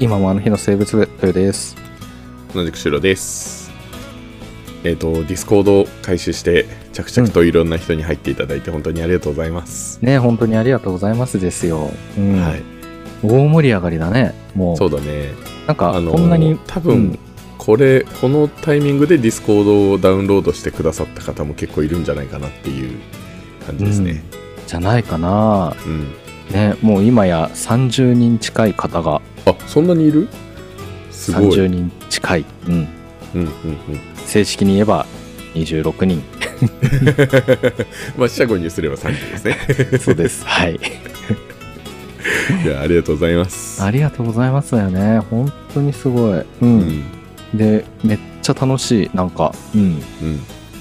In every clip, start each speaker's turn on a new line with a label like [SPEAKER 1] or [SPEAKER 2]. [SPEAKER 1] 今もあの日の生物部豊です
[SPEAKER 2] 同じくシロです。えっ、と、ディスコードを開始して、着々といろんな人に入っていただいて、本当にありがとうございます。
[SPEAKER 1] ね本当にありがとうございますですよ、うん
[SPEAKER 2] はい。
[SPEAKER 1] 大盛り上がりだねもう
[SPEAKER 2] そうだね。
[SPEAKER 1] なんか
[SPEAKER 2] あのー、
[SPEAKER 1] こんなに
[SPEAKER 2] 多
[SPEAKER 1] う
[SPEAKER 2] 分
[SPEAKER 1] ん、
[SPEAKER 2] これ、このタイミングでディスコードをダウンロードしてくださった方も結構いるんじゃないかなっていう感じですね。
[SPEAKER 1] じゃないかな
[SPEAKER 2] うん。
[SPEAKER 1] ねもう今や30人近い方が
[SPEAKER 2] あ、そんなにいるすごい。
[SPEAKER 1] 30人近い、うん、
[SPEAKER 2] うんうんうん。
[SPEAKER 1] 正式に言えば26人
[SPEAKER 2] まあ、四捨五入すれば30ですね。
[SPEAKER 1] そうですはい
[SPEAKER 2] いや、ありがとうございます。
[SPEAKER 1] ありがとうございますよね本当にすごい、うん
[SPEAKER 2] うん。
[SPEAKER 1] でめっちゃ楽しいなんかうん
[SPEAKER 2] うん。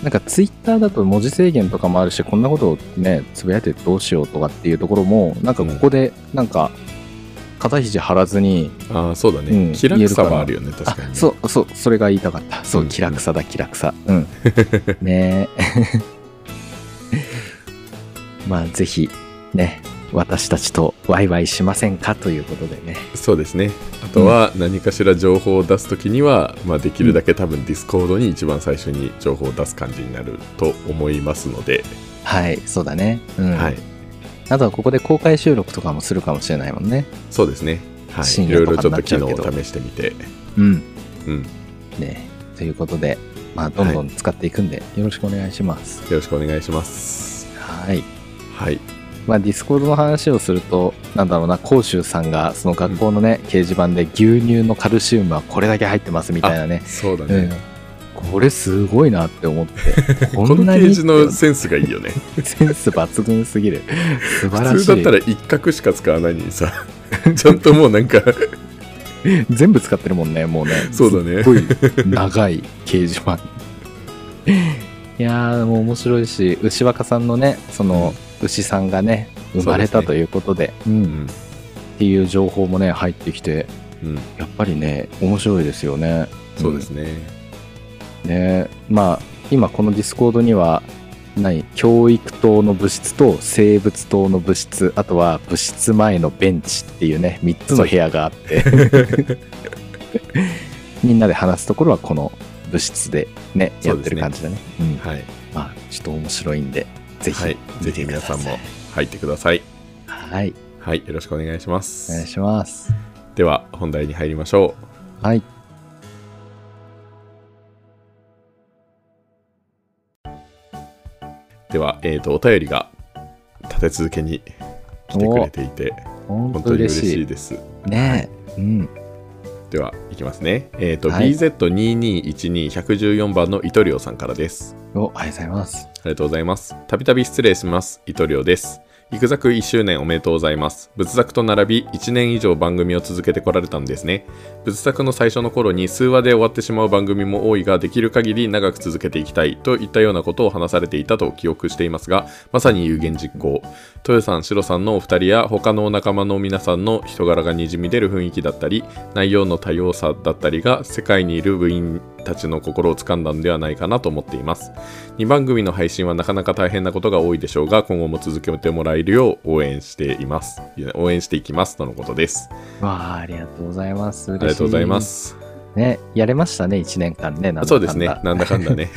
[SPEAKER 1] なんかツイッターだと文字制限とかもあるしこんなことをねつぶやいてどうしようとかっていうところもなんかここでなんか肩肘張らずに、
[SPEAKER 2] ああ、そうだね。
[SPEAKER 1] うん
[SPEAKER 2] 気楽さ
[SPEAKER 1] 言えるかな
[SPEAKER 2] はあるよね、確かに、
[SPEAKER 1] あ
[SPEAKER 2] ね。
[SPEAKER 1] そうそうそれが言いたかったそううん気楽さだ気楽さうん ねえまあぜひね私たちとワイワイしませんかということでね
[SPEAKER 2] そうですね。あとは何かしら情報を出すときには、まあ、できるだけ多分ディスコードに一番最初に情報を出す感じになると思いますので、
[SPEAKER 1] はいそうだねうん、
[SPEAKER 2] はい、
[SPEAKER 1] あとはここで公開収録とかもするかもしれないもんね
[SPEAKER 2] そうですね。は
[SPEAKER 1] 深
[SPEAKER 2] い、い
[SPEAKER 1] 夜
[SPEAKER 2] ろい
[SPEAKER 1] と
[SPEAKER 2] ろ
[SPEAKER 1] か
[SPEAKER 2] ちょ
[SPEAKER 1] に
[SPEAKER 2] っ
[SPEAKER 1] なっ
[SPEAKER 2] と
[SPEAKER 1] ちゃ
[SPEAKER 2] 機
[SPEAKER 1] うけ
[SPEAKER 2] 能を
[SPEAKER 1] ど
[SPEAKER 2] 試してみて、
[SPEAKER 1] うん
[SPEAKER 2] うん、よ
[SPEAKER 1] ね、ということで、まあ、どんどん使っていくんで、よろしくお願いします。
[SPEAKER 2] ろしくお願いします。
[SPEAKER 1] はい。
[SPEAKER 2] はい、
[SPEAKER 1] まあ、ディスコードの話をすると、なんだろうな、甲州さんが、その学校のね、掲示板で、牛乳のカルシウムはこれだけ入ってますみたいなね。
[SPEAKER 2] そうだ
[SPEAKER 1] う
[SPEAKER 2] ね
[SPEAKER 1] ん。。これすごいなって思って。 こ
[SPEAKER 2] この
[SPEAKER 1] んな
[SPEAKER 2] ペ
[SPEAKER 1] に
[SPEAKER 2] ージのセンスがいいよね。
[SPEAKER 1] センス抜群すぎる。素晴ら
[SPEAKER 2] 普
[SPEAKER 1] し
[SPEAKER 2] 通だ
[SPEAKER 1] い。
[SPEAKER 2] ったら一角しか使わないのにさ、 ちゃんともうなんか、
[SPEAKER 1] 全部使ってるもんね、もうね。
[SPEAKER 2] そうだね
[SPEAKER 1] すっごい長い掲示板。 いやー、もう面白いし、牛若さんのね、その、牛さんがね、生まれたということで、う
[SPEAKER 2] うんん、
[SPEAKER 1] っていう情報もね、入ってきて、
[SPEAKER 2] うん、
[SPEAKER 1] やっぱりね、面白いですよね。
[SPEAKER 2] そうですね。
[SPEAKER 1] うん。ね、まあ、今このディスコードには、何教育等の物質と生物等の物質あとは物質前のベンチっていうね3つの部屋があって みんなで話すところはこの物質でねやってる感じだねうん
[SPEAKER 2] はい、
[SPEAKER 1] まあちょっと面白いんでぜひ、
[SPEAKER 2] はい、ぜひ皆さんも入ってください。
[SPEAKER 1] はい
[SPEAKER 2] はい、よろしくお願いしま
[SPEAKER 1] お願い
[SPEAKER 2] す。
[SPEAKER 1] します
[SPEAKER 2] では、本題に入りましょう。
[SPEAKER 1] はい
[SPEAKER 2] では、えー、とお便りが立て続けに来てくれていて
[SPEAKER 1] 本当
[SPEAKER 2] 本当に
[SPEAKER 1] 嬉
[SPEAKER 2] 嬉
[SPEAKER 1] し
[SPEAKER 2] し
[SPEAKER 1] い
[SPEAKER 2] いです
[SPEAKER 1] ねえ、うん
[SPEAKER 2] ではいきますねえっ、と、
[SPEAKER 1] はい
[SPEAKER 2] BZ2212114 番のイトリオさんからです
[SPEAKER 1] おありがとうございます
[SPEAKER 2] ありがとうございますたびたび失礼しますイトリオですイクザク1周年おめでとうございます。仏作と並び1年以上番組を続けてこられたんですね。仏作の最初の頃に数話で終わってしまう番組も多いができる限り長く続けていきたいといったようなことを話されていたと記憶していますが、まさに有言実行。豊さん、白さんのお二人や他のお仲間の皆さんの人柄がにじみ出る雰囲気だったり、内容の多様さだったりが世界にいる部員たちの心を掴んだのではないかなと思っています。2番組の配信はなかなか大変なことが多いでしょうが今後も続けてもらえるよう応援していますいや応援していきますとのことですあ
[SPEAKER 1] わあありがとうございますあり
[SPEAKER 2] りがとうございます
[SPEAKER 1] ねやれましたね1年間ねなんだかんだ
[SPEAKER 2] そうですねなんだかんだね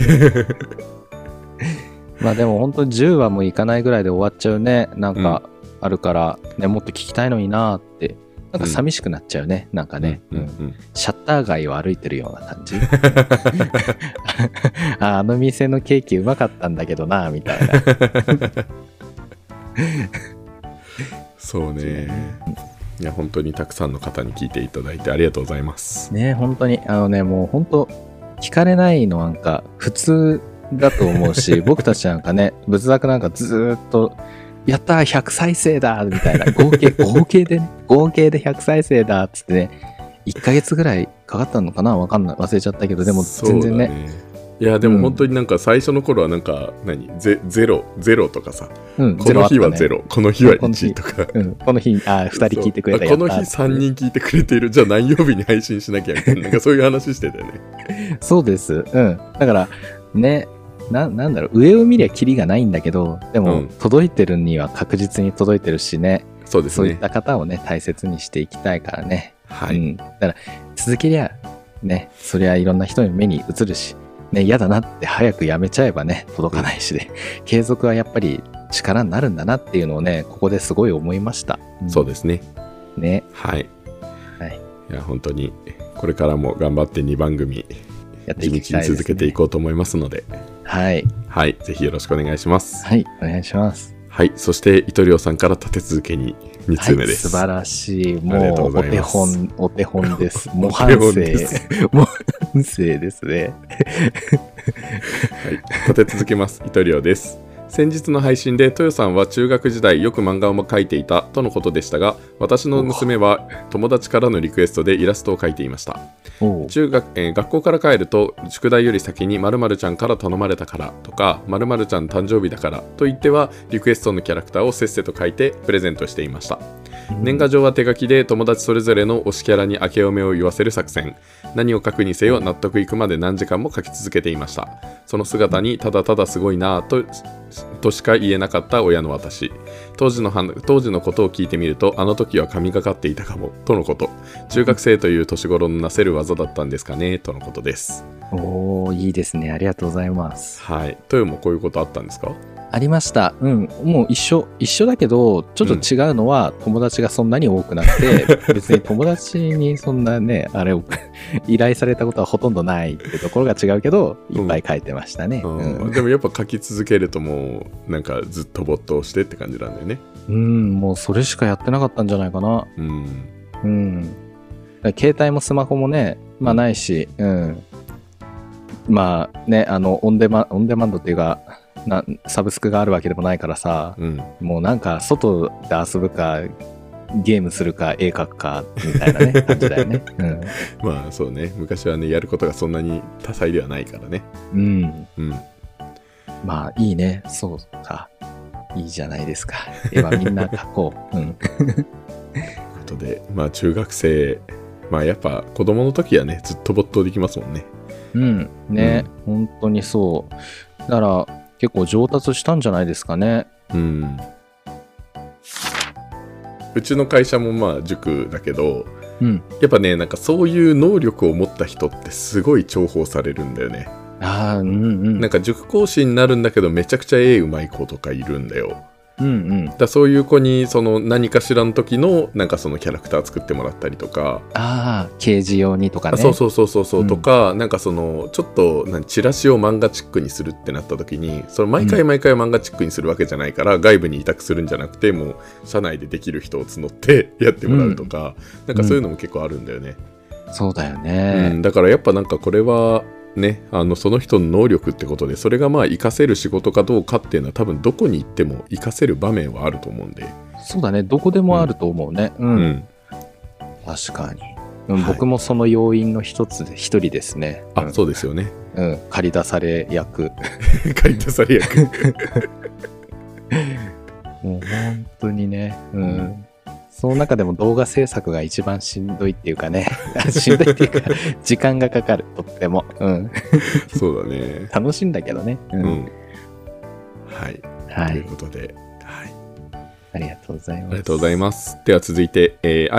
[SPEAKER 1] まあでも本当10話もいかないぐらいで終わっちゃうねなんかあるから、ね、もっと聞きたいのになーってなんか寂しくなっちゃうね、なんかね、
[SPEAKER 2] うん
[SPEAKER 1] うん
[SPEAKER 2] うん
[SPEAKER 1] シャッター街を歩いてるような感 じああの店のケーキうまかったんだけどなみたいな
[SPEAKER 2] そうねいや本当にたくさんの方に聞いていただいてありがとうございます
[SPEAKER 1] ね本当にあのねもう本当聞かれないのなんか普通だと思う し僕たちなんかね仏作なんかずーっとやったー100再生だみたいな合 計合計でね合計で100再生だっつってね1ヶ月ぐらいかかったのかなわかんない忘れちゃったけどでも全然ね
[SPEAKER 2] そうだいやでも本当になんか最初の頃はなんか何ゼゼロゼロとかさ
[SPEAKER 1] うん
[SPEAKER 2] この日
[SPEAKER 1] あ
[SPEAKER 2] は
[SPEAKER 1] ったね
[SPEAKER 2] ゼロこの日は
[SPEAKER 1] この日
[SPEAKER 2] 1とか
[SPEAKER 1] うん、この日あ2人聞いてくれた
[SPEAKER 2] そうあこの日
[SPEAKER 1] やったーって
[SPEAKER 2] 3人聞いてくれているじゃあ何曜日に配信しなきゃみたいななんかそういう話してたよね
[SPEAKER 1] そうですうんだからねななんだろう上を見りゃキリがないんだけどでも、
[SPEAKER 2] うん
[SPEAKER 1] 届いてるには確実に届いてるしね
[SPEAKER 2] そうです
[SPEAKER 1] そういっ
[SPEAKER 2] ね
[SPEAKER 1] た方をね、大切にしていきたいからね。
[SPEAKER 2] は
[SPEAKER 1] う
[SPEAKER 2] い。
[SPEAKER 1] ん、だから続けりゃねそりゃいろんな人に目に映るしね嫌だなって早くやめちゃえばね届かないしで、継続はやっぱり力になるんだなっていうのをねここですごい思いました、
[SPEAKER 2] そうですね。
[SPEAKER 1] すね
[SPEAKER 2] はい。
[SPEAKER 1] はい、
[SPEAKER 2] いや、本当に、これからも頑張って2番組、
[SPEAKER 1] やって
[SPEAKER 2] 地
[SPEAKER 1] いき
[SPEAKER 2] 道
[SPEAKER 1] た
[SPEAKER 2] に
[SPEAKER 1] いです、ね、
[SPEAKER 2] 続けていこうと思いますので、
[SPEAKER 1] はい
[SPEAKER 2] はい。ぜひよろしくお願いします。
[SPEAKER 1] はいお願いします
[SPEAKER 2] はい。そして、イトリオさんから立て続けに2通目です。
[SPEAKER 1] はい、素晴らしい
[SPEAKER 2] ありがと
[SPEAKER 1] も
[SPEAKER 2] うご
[SPEAKER 1] う
[SPEAKER 2] ざ
[SPEAKER 1] お
[SPEAKER 2] い
[SPEAKER 1] 手
[SPEAKER 2] ます
[SPEAKER 1] 本お手本です 模
[SPEAKER 2] 手
[SPEAKER 1] 範
[SPEAKER 2] 本
[SPEAKER 1] 生
[SPEAKER 2] です
[SPEAKER 1] 模範生ですね
[SPEAKER 2] はい、立て続けます。イトリオです。先日の配信で豊さんは中学時代よく漫画を描いていたとのことでしたが私の娘は友達からのリクエストでイラストを描いていました
[SPEAKER 1] おう
[SPEAKER 2] 中学,、えー学校から帰ると宿題より先に〇〇ちゃんから頼まれたからとか〇〇ちゃん誕生日だからと言ってはリクエストのキャラクターをせっせと描いてプレゼントしていました年賀状は手書きで友達それぞれの推しキャラに明けおめを言わせる作戦何を書くにせよ納得いくまで何時間も書き続けていましたその姿にただただすごいなぁととしか言えなかった親の私当時の話当時のことを聞いてみるとあの時は神がかっていたかもとのこと中学生という年頃のなせる技だったんですかねとのことです
[SPEAKER 1] おーいいですねありがとうございます
[SPEAKER 2] はいというもこういうことあったんですか
[SPEAKER 1] ありました。うん。もう一緒、一緒だけど、ちょっと違うのは、友達がそんなに多くなくて、 別に友達にそんなね、あれを依頼されたことはほとんどないってところが違うけど、いっぱい書いてましたね。
[SPEAKER 2] う
[SPEAKER 1] うんん。
[SPEAKER 2] でもやっぱ書き続けるともうなんかずっと没頭してって感じなんだよね
[SPEAKER 1] うん、もうそれしかやってなかったんじゃないかな。
[SPEAKER 2] うん
[SPEAKER 1] うん。だから携帯もスマホもね、まあないし、うん。まあね、あの、オンデマオンデマンドっていうか、なサブスクがあるわけでもないからさ、
[SPEAKER 2] うん
[SPEAKER 1] もうなんか外で遊ぶかゲームするか絵描くかみたいな ね感じだよね。
[SPEAKER 2] まあそうね昔はねやることがそんなに多彩ではないからね
[SPEAKER 1] うん、うん、
[SPEAKER 2] うん
[SPEAKER 1] まあいいねそうかいいじゃないですか絵はみんな描こう。うん、
[SPEAKER 2] ということでまあ中学生まあやっぱ子供の時はねずっと没頭できますもんね
[SPEAKER 1] うん、ね、本当にそうだから結構上達したんじゃないですかね。
[SPEAKER 2] うんうちの会社もまあ塾だけど
[SPEAKER 1] うん、
[SPEAKER 2] やっぱねなんかそういう能力を持った人ってすごい重宝されるんだよね
[SPEAKER 1] ああうんうん
[SPEAKER 2] なんか塾講師になるんだけどめちゃくちゃ絵うまい子とかいるんだよ
[SPEAKER 1] うんうん
[SPEAKER 2] だからそういう子にその何かしらの時のなんかそのキャラクター作ってもらったりとか
[SPEAKER 1] ああ刑事用にとか
[SPEAKER 2] あ
[SPEAKER 1] ね。
[SPEAKER 2] そうそうそうそうそう、
[SPEAKER 1] うん
[SPEAKER 2] とかなんかそのちょっとなんチラシを漫画チックにするってなった時にその毎回毎回漫画チックにするわけじゃないから、外部に委託するんじゃなくてもう社内でできる人を募って やってもらうとか、なんかそういうのも結構あるんだよね、
[SPEAKER 1] そうだよ
[SPEAKER 2] う
[SPEAKER 1] ね。
[SPEAKER 2] ん、だからやっぱなんかこれはねあのその人の能力ってことでそれがまあ活かせる仕事かどうかっていうのは多分どこに行っても活かせる場面はあると思うんで、
[SPEAKER 1] そうだねどこでもあると思うね。
[SPEAKER 2] う
[SPEAKER 1] うん
[SPEAKER 2] ん、
[SPEAKER 1] 確かに、うん
[SPEAKER 2] はい
[SPEAKER 1] 僕もその要因の一つで一人ですね
[SPEAKER 2] あ、
[SPEAKER 1] うん
[SPEAKER 2] そうですよね
[SPEAKER 1] うん、借り出され役
[SPEAKER 2] 書いてされ 役
[SPEAKER 1] もう本当にねうん、
[SPEAKER 2] うん
[SPEAKER 1] その中でも動画制作が一番しんどいっていうか ねしんどいっていうか時間がかかるとっても、 うん、
[SPEAKER 2] そうだね
[SPEAKER 1] 楽しいんだけどね、うん
[SPEAKER 2] うん。はい。
[SPEAKER 1] は
[SPEAKER 2] という
[SPEAKER 1] い
[SPEAKER 2] ことで、はい、
[SPEAKER 1] ありがとうございます
[SPEAKER 2] ありがとうございます。では続いて、えー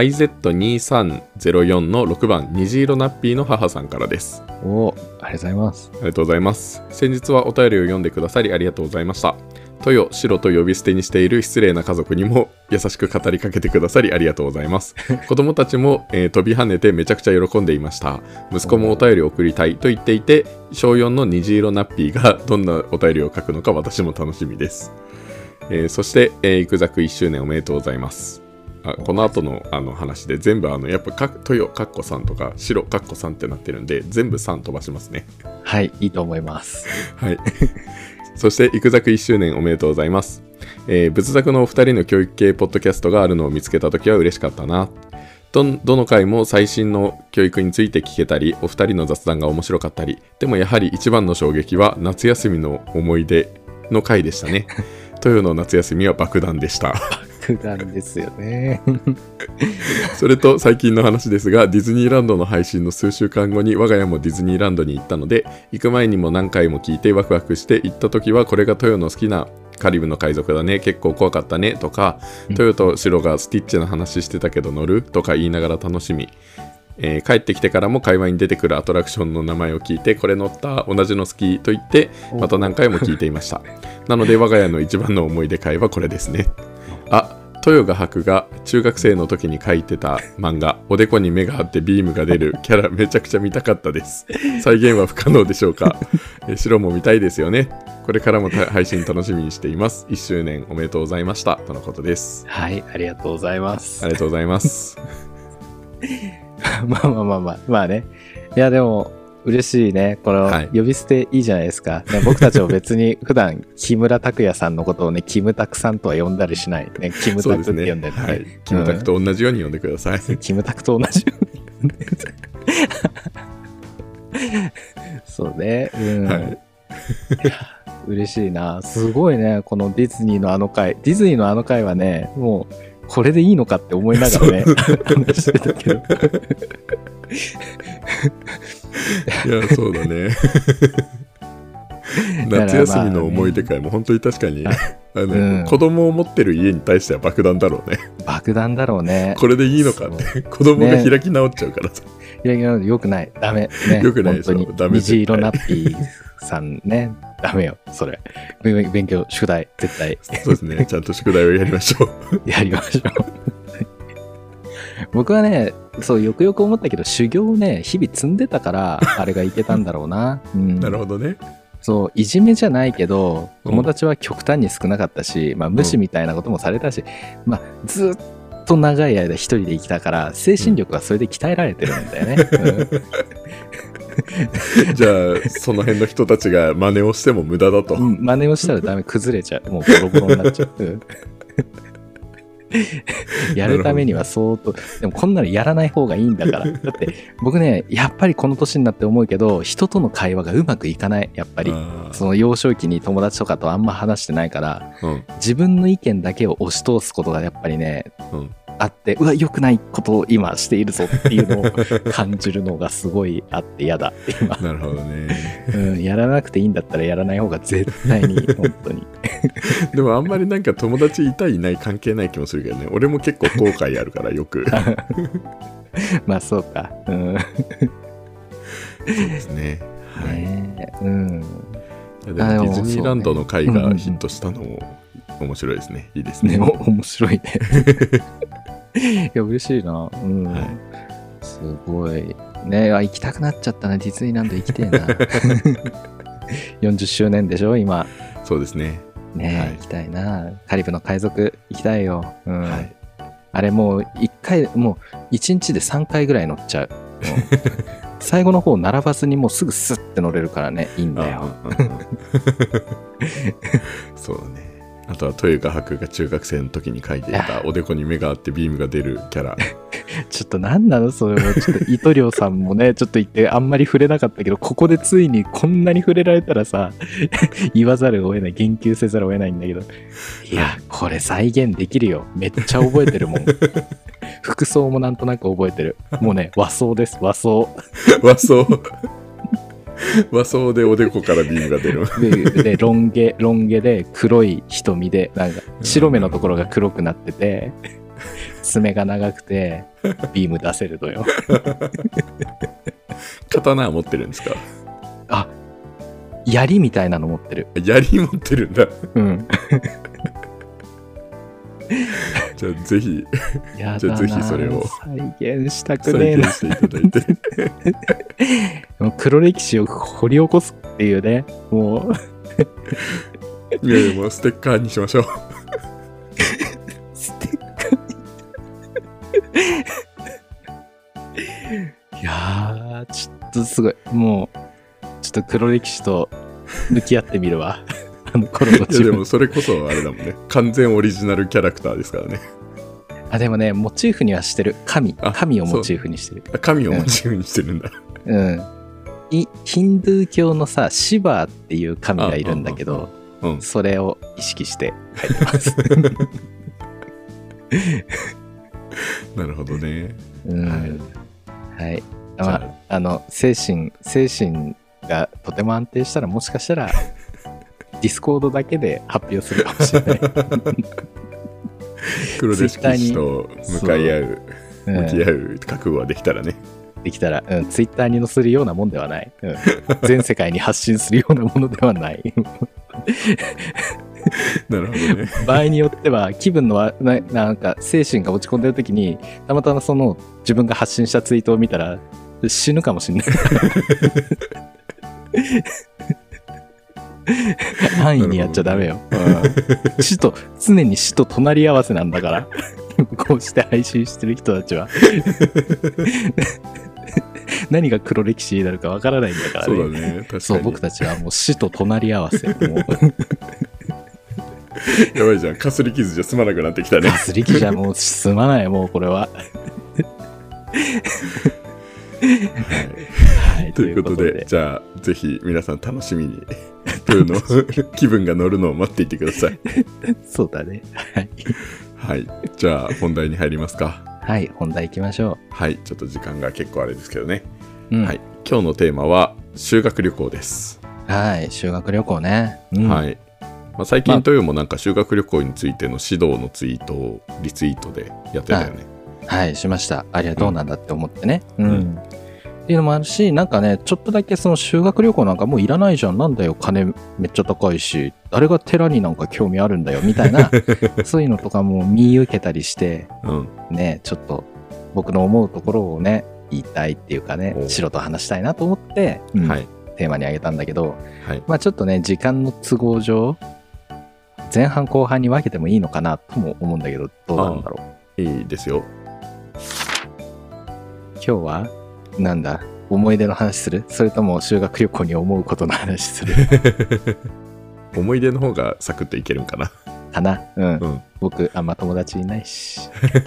[SPEAKER 2] IZ2304 の6番、虹色ナッピーの母さんからです。
[SPEAKER 1] すおーありがとうございます
[SPEAKER 2] ありがとうございます。先日はお便りを読んでくださりありがとうございました。トヨ、シロと呼び捨てにしている失礼な家族にも優しく語りかけてくださりありがとうございます。子供たちも、えー飛び跳ねてめちゃくちゃ喜んでいました。息子もお便りを送りたいと言っていて、小4の虹色ナッピーがどんなお便りを書くのか私も楽しみです。えーそして、えー、イクザク1周年おめでとうございます。あこの後のあの話で全部あのやっぱかトヨかっこさんとかシロかっこさんってなってるんで全部3飛ばしますね。
[SPEAKER 1] はいいいと思います
[SPEAKER 2] はい。 そして、イクザク1周年おめでとうございます。えー仏作のお二人の教育系ポッドキャストがあるのを見つけたときは嬉しかったな。どんどの回も最新の教育について聞けたり、お二人の雑談が面白かったり、でもやはり一番の衝撃は夏休みの思い出の回でしたね。豊の夏休みは爆弾でした。
[SPEAKER 1] 苦難ですよね
[SPEAKER 2] それと最近の話ですがディズニーランドの配信の数週間後に我が家もディズニーランドに行ったので行く前にも何回も聞いてワクワクして行った時はこれが豊の好きなカリブの海賊だね結構怖かったねとか
[SPEAKER 1] うん
[SPEAKER 2] トヨとシロがスティッチの話してたけど乗るとか言いながら楽しみ、えー帰ってきてからも会話に出てくるアトラクションの名前を聞いてこれ乗った同じの好きと言ってまた何回も聞いていましたなので我が家の一番の思い出会はこれですねあ豊賀博が中学生の時に書いてた漫画「おでこに目があってビームが出る」キャラめちゃくちゃ見たかったです再現は不可能でしょうかえ白も見たいですよねこれからもた配信楽しみにしています1周年おめでとうございましたとのことです
[SPEAKER 1] はい、ありがとうございま
[SPEAKER 2] あ
[SPEAKER 1] す。
[SPEAKER 2] りがとうございます
[SPEAKER 1] まあまあまあまあ、まあね。いや、でも、嬉しいね。この
[SPEAKER 2] はい
[SPEAKER 1] 呼び捨ていいじゃないですか。ね僕たちも別に普段木村拓哉さんのことをね、キムタクさんとは呼んだりしない。ね、キム
[SPEAKER 2] そう
[SPEAKER 1] タ
[SPEAKER 2] で
[SPEAKER 1] ク
[SPEAKER 2] す
[SPEAKER 1] って
[SPEAKER 2] ね
[SPEAKER 1] 呼んでるね
[SPEAKER 2] はいキムタクと同じように呼んでください、
[SPEAKER 1] キムタクと同じように そうね。うん。
[SPEAKER 2] はい
[SPEAKER 1] い、嬉しいな。すごいね。このディズニーのあの回。ディズニーのあの回はね、もう、これでいいのかって思いながらね、話してたけど。
[SPEAKER 2] いや、そう だね。夏休みの思い出会も本当に確かに、あの、
[SPEAKER 1] うん
[SPEAKER 2] 子供を持ってる家に対しては爆弾だろうね。
[SPEAKER 1] 爆弾だろうね。
[SPEAKER 2] これでいいのかって、子供が開き直っちゃうからさ。
[SPEAKER 1] いやいや、よくない。ダメ。ね、
[SPEAKER 2] 良くないでしょ
[SPEAKER 1] 本当
[SPEAKER 2] ダ
[SPEAKER 1] に
[SPEAKER 2] メ
[SPEAKER 1] 虹色
[SPEAKER 2] 絶対
[SPEAKER 1] ナッピーさんね。ダメよ、それ。勉勉強、宿題、絶対
[SPEAKER 2] そうです ね。ちゃんと宿題をやりましょう。
[SPEAKER 1] やりましょう。僕はね、そう、よくよく思ったけど、修行をね、日々積んでたから、あれがいけたんだろう な。うん、
[SPEAKER 2] なるほどね。
[SPEAKER 1] そう、いじめじゃないけど、
[SPEAKER 2] うん
[SPEAKER 1] 友達は極端に少なかったし、まあ、無視みたいなこともされたし、まあ、ずっと長い間一人で生きたから、精神力はそれで鍛えられてるんだ よね。うん
[SPEAKER 2] じゃあ、その辺の人たちが真似をしても無駄だと。
[SPEAKER 1] うん、真似をしたらダメ、崩れちゃう。もうボロボロになっ ちゃう。うんやるためには相当、でもこんなのやらない方がいいんだから。だって僕ね、やっぱりこの年になって思うけど、人との会話がうまくいかない、やっぱり。
[SPEAKER 2] あ
[SPEAKER 1] その幼少期に友達とかとあんま話してないから、
[SPEAKER 2] ーうん
[SPEAKER 1] 自分の意見だけを押し通すことがやっぱりね、
[SPEAKER 2] うん
[SPEAKER 1] あって、うわ、良くないことを今しているぞっていうのを感じるのがすごいあって嫌だ、今。
[SPEAKER 2] なるほどね。
[SPEAKER 1] うん、やらなくていいんだったらやらない方が絶対に、本当に。
[SPEAKER 2] でもあんまりなんか友達いたいない関係ない気もするけどね。俺も結構後悔あるからよく。そう
[SPEAKER 1] まあそうか。うん。
[SPEAKER 2] ですね。はい。
[SPEAKER 1] ねえうん。
[SPEAKER 2] いやでも
[SPEAKER 1] あでも
[SPEAKER 2] ディズニーランドの回
[SPEAKER 1] そうねうんうんう
[SPEAKER 2] が
[SPEAKER 1] ん
[SPEAKER 2] ヒットしたのも面白いですね。いいですね。
[SPEAKER 1] でも面白い ね。いや、嬉しいな。うん。
[SPEAKER 2] はい
[SPEAKER 1] すごい。ねあ行きたくなっちゃったな。ディズニーランド行きてえな。40周年でしょ、今。
[SPEAKER 2] そうですね。
[SPEAKER 1] ねえ、
[SPEAKER 2] はい
[SPEAKER 1] 行きたいな。カリブの海賊行きたいよ。うん。
[SPEAKER 2] はい。
[SPEAKER 1] あれもう1回、もう1日で3回ぐらい乗っちゃう。 もう最後の方並ばずにもうすぐスッて乗れるからね、いいんだよ。
[SPEAKER 2] ああああそうだね。あとは豊川博が中学生の時に書いていたおでこに目があってビームが出るキャラ。
[SPEAKER 1] ちょっと何なのそれもちょっと伊藤亮さんもね ちょっと言ってあんまり触れなかったけどここでついにこんなに触れられたらさ 言わざるを得ない言及せざるを得ないんだけどいやこれ再現できるよめっちゃ覚えてるもん服装もなんとなく覚えてるもうね和装です和装
[SPEAKER 2] 和装。 和装でおでこからビームが出る。
[SPEAKER 1] ででロン毛ロン毛で黒い瞳でなんか白目のところが黒くなってて爪が長くてビーム出せるのよ
[SPEAKER 2] 刀持ってるんですか
[SPEAKER 1] あ槍みたいなの持ってる
[SPEAKER 2] 槍持ってるんだ。
[SPEAKER 1] うん
[SPEAKER 2] じゃあぜひ
[SPEAKER 1] やだな
[SPEAKER 2] じゃあぜひそれを
[SPEAKER 1] 再現したくね
[SPEAKER 2] 再
[SPEAKER 1] え
[SPEAKER 2] 現
[SPEAKER 1] な
[SPEAKER 2] していただいて。
[SPEAKER 1] もう黒歴史を掘り起こすっていうねもう
[SPEAKER 2] いやいやもうステッカーにしましょう。
[SPEAKER 1] ステッカーにいやーちょっとすごいもうちょっと黒歴史と向き合ってみる わあの頃の
[SPEAKER 2] いや
[SPEAKER 1] 自
[SPEAKER 2] で
[SPEAKER 1] 分
[SPEAKER 2] もそれこそあれだもんね。完全オリジナルキャラクターですからね。
[SPEAKER 1] あでもねモチーフにはしてる神
[SPEAKER 2] あ
[SPEAKER 1] 神をモチーフにしてる
[SPEAKER 2] あ神をモチーフにしてるんだ。
[SPEAKER 1] うんいヒンドゥー教のさシバーっていう神がいるんだけど
[SPEAKER 2] うん。
[SPEAKER 1] それを意識して書いてます。
[SPEAKER 2] なるほどね。
[SPEAKER 1] うん
[SPEAKER 2] は
[SPEAKER 1] はい。
[SPEAKER 2] じ
[SPEAKER 1] ま
[SPEAKER 2] ゃ
[SPEAKER 1] あ、 あの、精神、精神がとても安定したら、もしかしたら、ディスコードだけで発表するかもしれない。
[SPEAKER 2] 黒歴史と向かい合う、
[SPEAKER 1] うん
[SPEAKER 2] 向き合う覚悟ができたらね。
[SPEAKER 1] できたら、うん、ツイッターに載せるようなもんではない、うん全世界に発信するようなものではない
[SPEAKER 2] なるほ どね。
[SPEAKER 1] 場合によっては気分のわななんか精神が落ち込んでる時にたまたまその自分が発信したツイートを見たら死ぬかもしん ない安易にやっちゃダメよ、うん死と常に死と隣り合わせなんだから こうして配信してる人たち は何が黒歴史になるかわからないんだから
[SPEAKER 2] そ
[SPEAKER 1] ね
[SPEAKER 2] うだね。確かに。
[SPEAKER 1] そう、僕たちはもう死と隣り合わせ。もう、
[SPEAKER 2] やばいじゃん。かすり傷じゃ済まなくなってき たね
[SPEAKER 1] ガ。ス力じゃもうすまない、もうこれ は。はい、
[SPEAKER 2] ということで、じゃあ、ぜひ皆さん楽しみに、 というの を気分が乗るのを待っていてく ださい。
[SPEAKER 1] そうだね。はい。
[SPEAKER 2] はい。じゃあ、本題に入りますか。
[SPEAKER 1] はい、本題行きましょ
[SPEAKER 2] はい。ちょっと時間が結構あれですけどね。
[SPEAKER 1] う。うん、
[SPEAKER 2] はい。今日のテーマは、修学旅行です。
[SPEAKER 1] はい。修学旅行ね。うん
[SPEAKER 2] はい。まあ、最近というよりもなんか修学旅行についての指導のツイートをリツイートでやってたよね。
[SPEAKER 1] はい、しました。あれはどうなんだって思ってね。うんん。っていうのもあるし、なんかね、ちょっとだけその修学旅行なんかもういらないじゃん。なんだよ、金めっちゃ高いし、誰が寺になんか興味あるんだよ、みたい な、そういうのとかも見受けたりして、
[SPEAKER 2] うん。
[SPEAKER 1] ねちょっと僕の思うところをね言いたいっていうかね
[SPEAKER 2] おう
[SPEAKER 1] 白と話したいなと思って、うん
[SPEAKER 2] はい。
[SPEAKER 1] テーマに挙げたんだけど、
[SPEAKER 2] はい。
[SPEAKER 1] まあ、ちょっとね時間の都合上前半後半に分けてもいいのかなとも思うんだけどどうなんだろう
[SPEAKER 2] いいですよ。
[SPEAKER 1] 今日はなんだ思い出の話するそれとも修学旅行に思うことの話す る
[SPEAKER 2] 思い出の方がサクッといけるんかな。
[SPEAKER 1] かなうん、
[SPEAKER 2] うん
[SPEAKER 1] 僕あんま友達いない し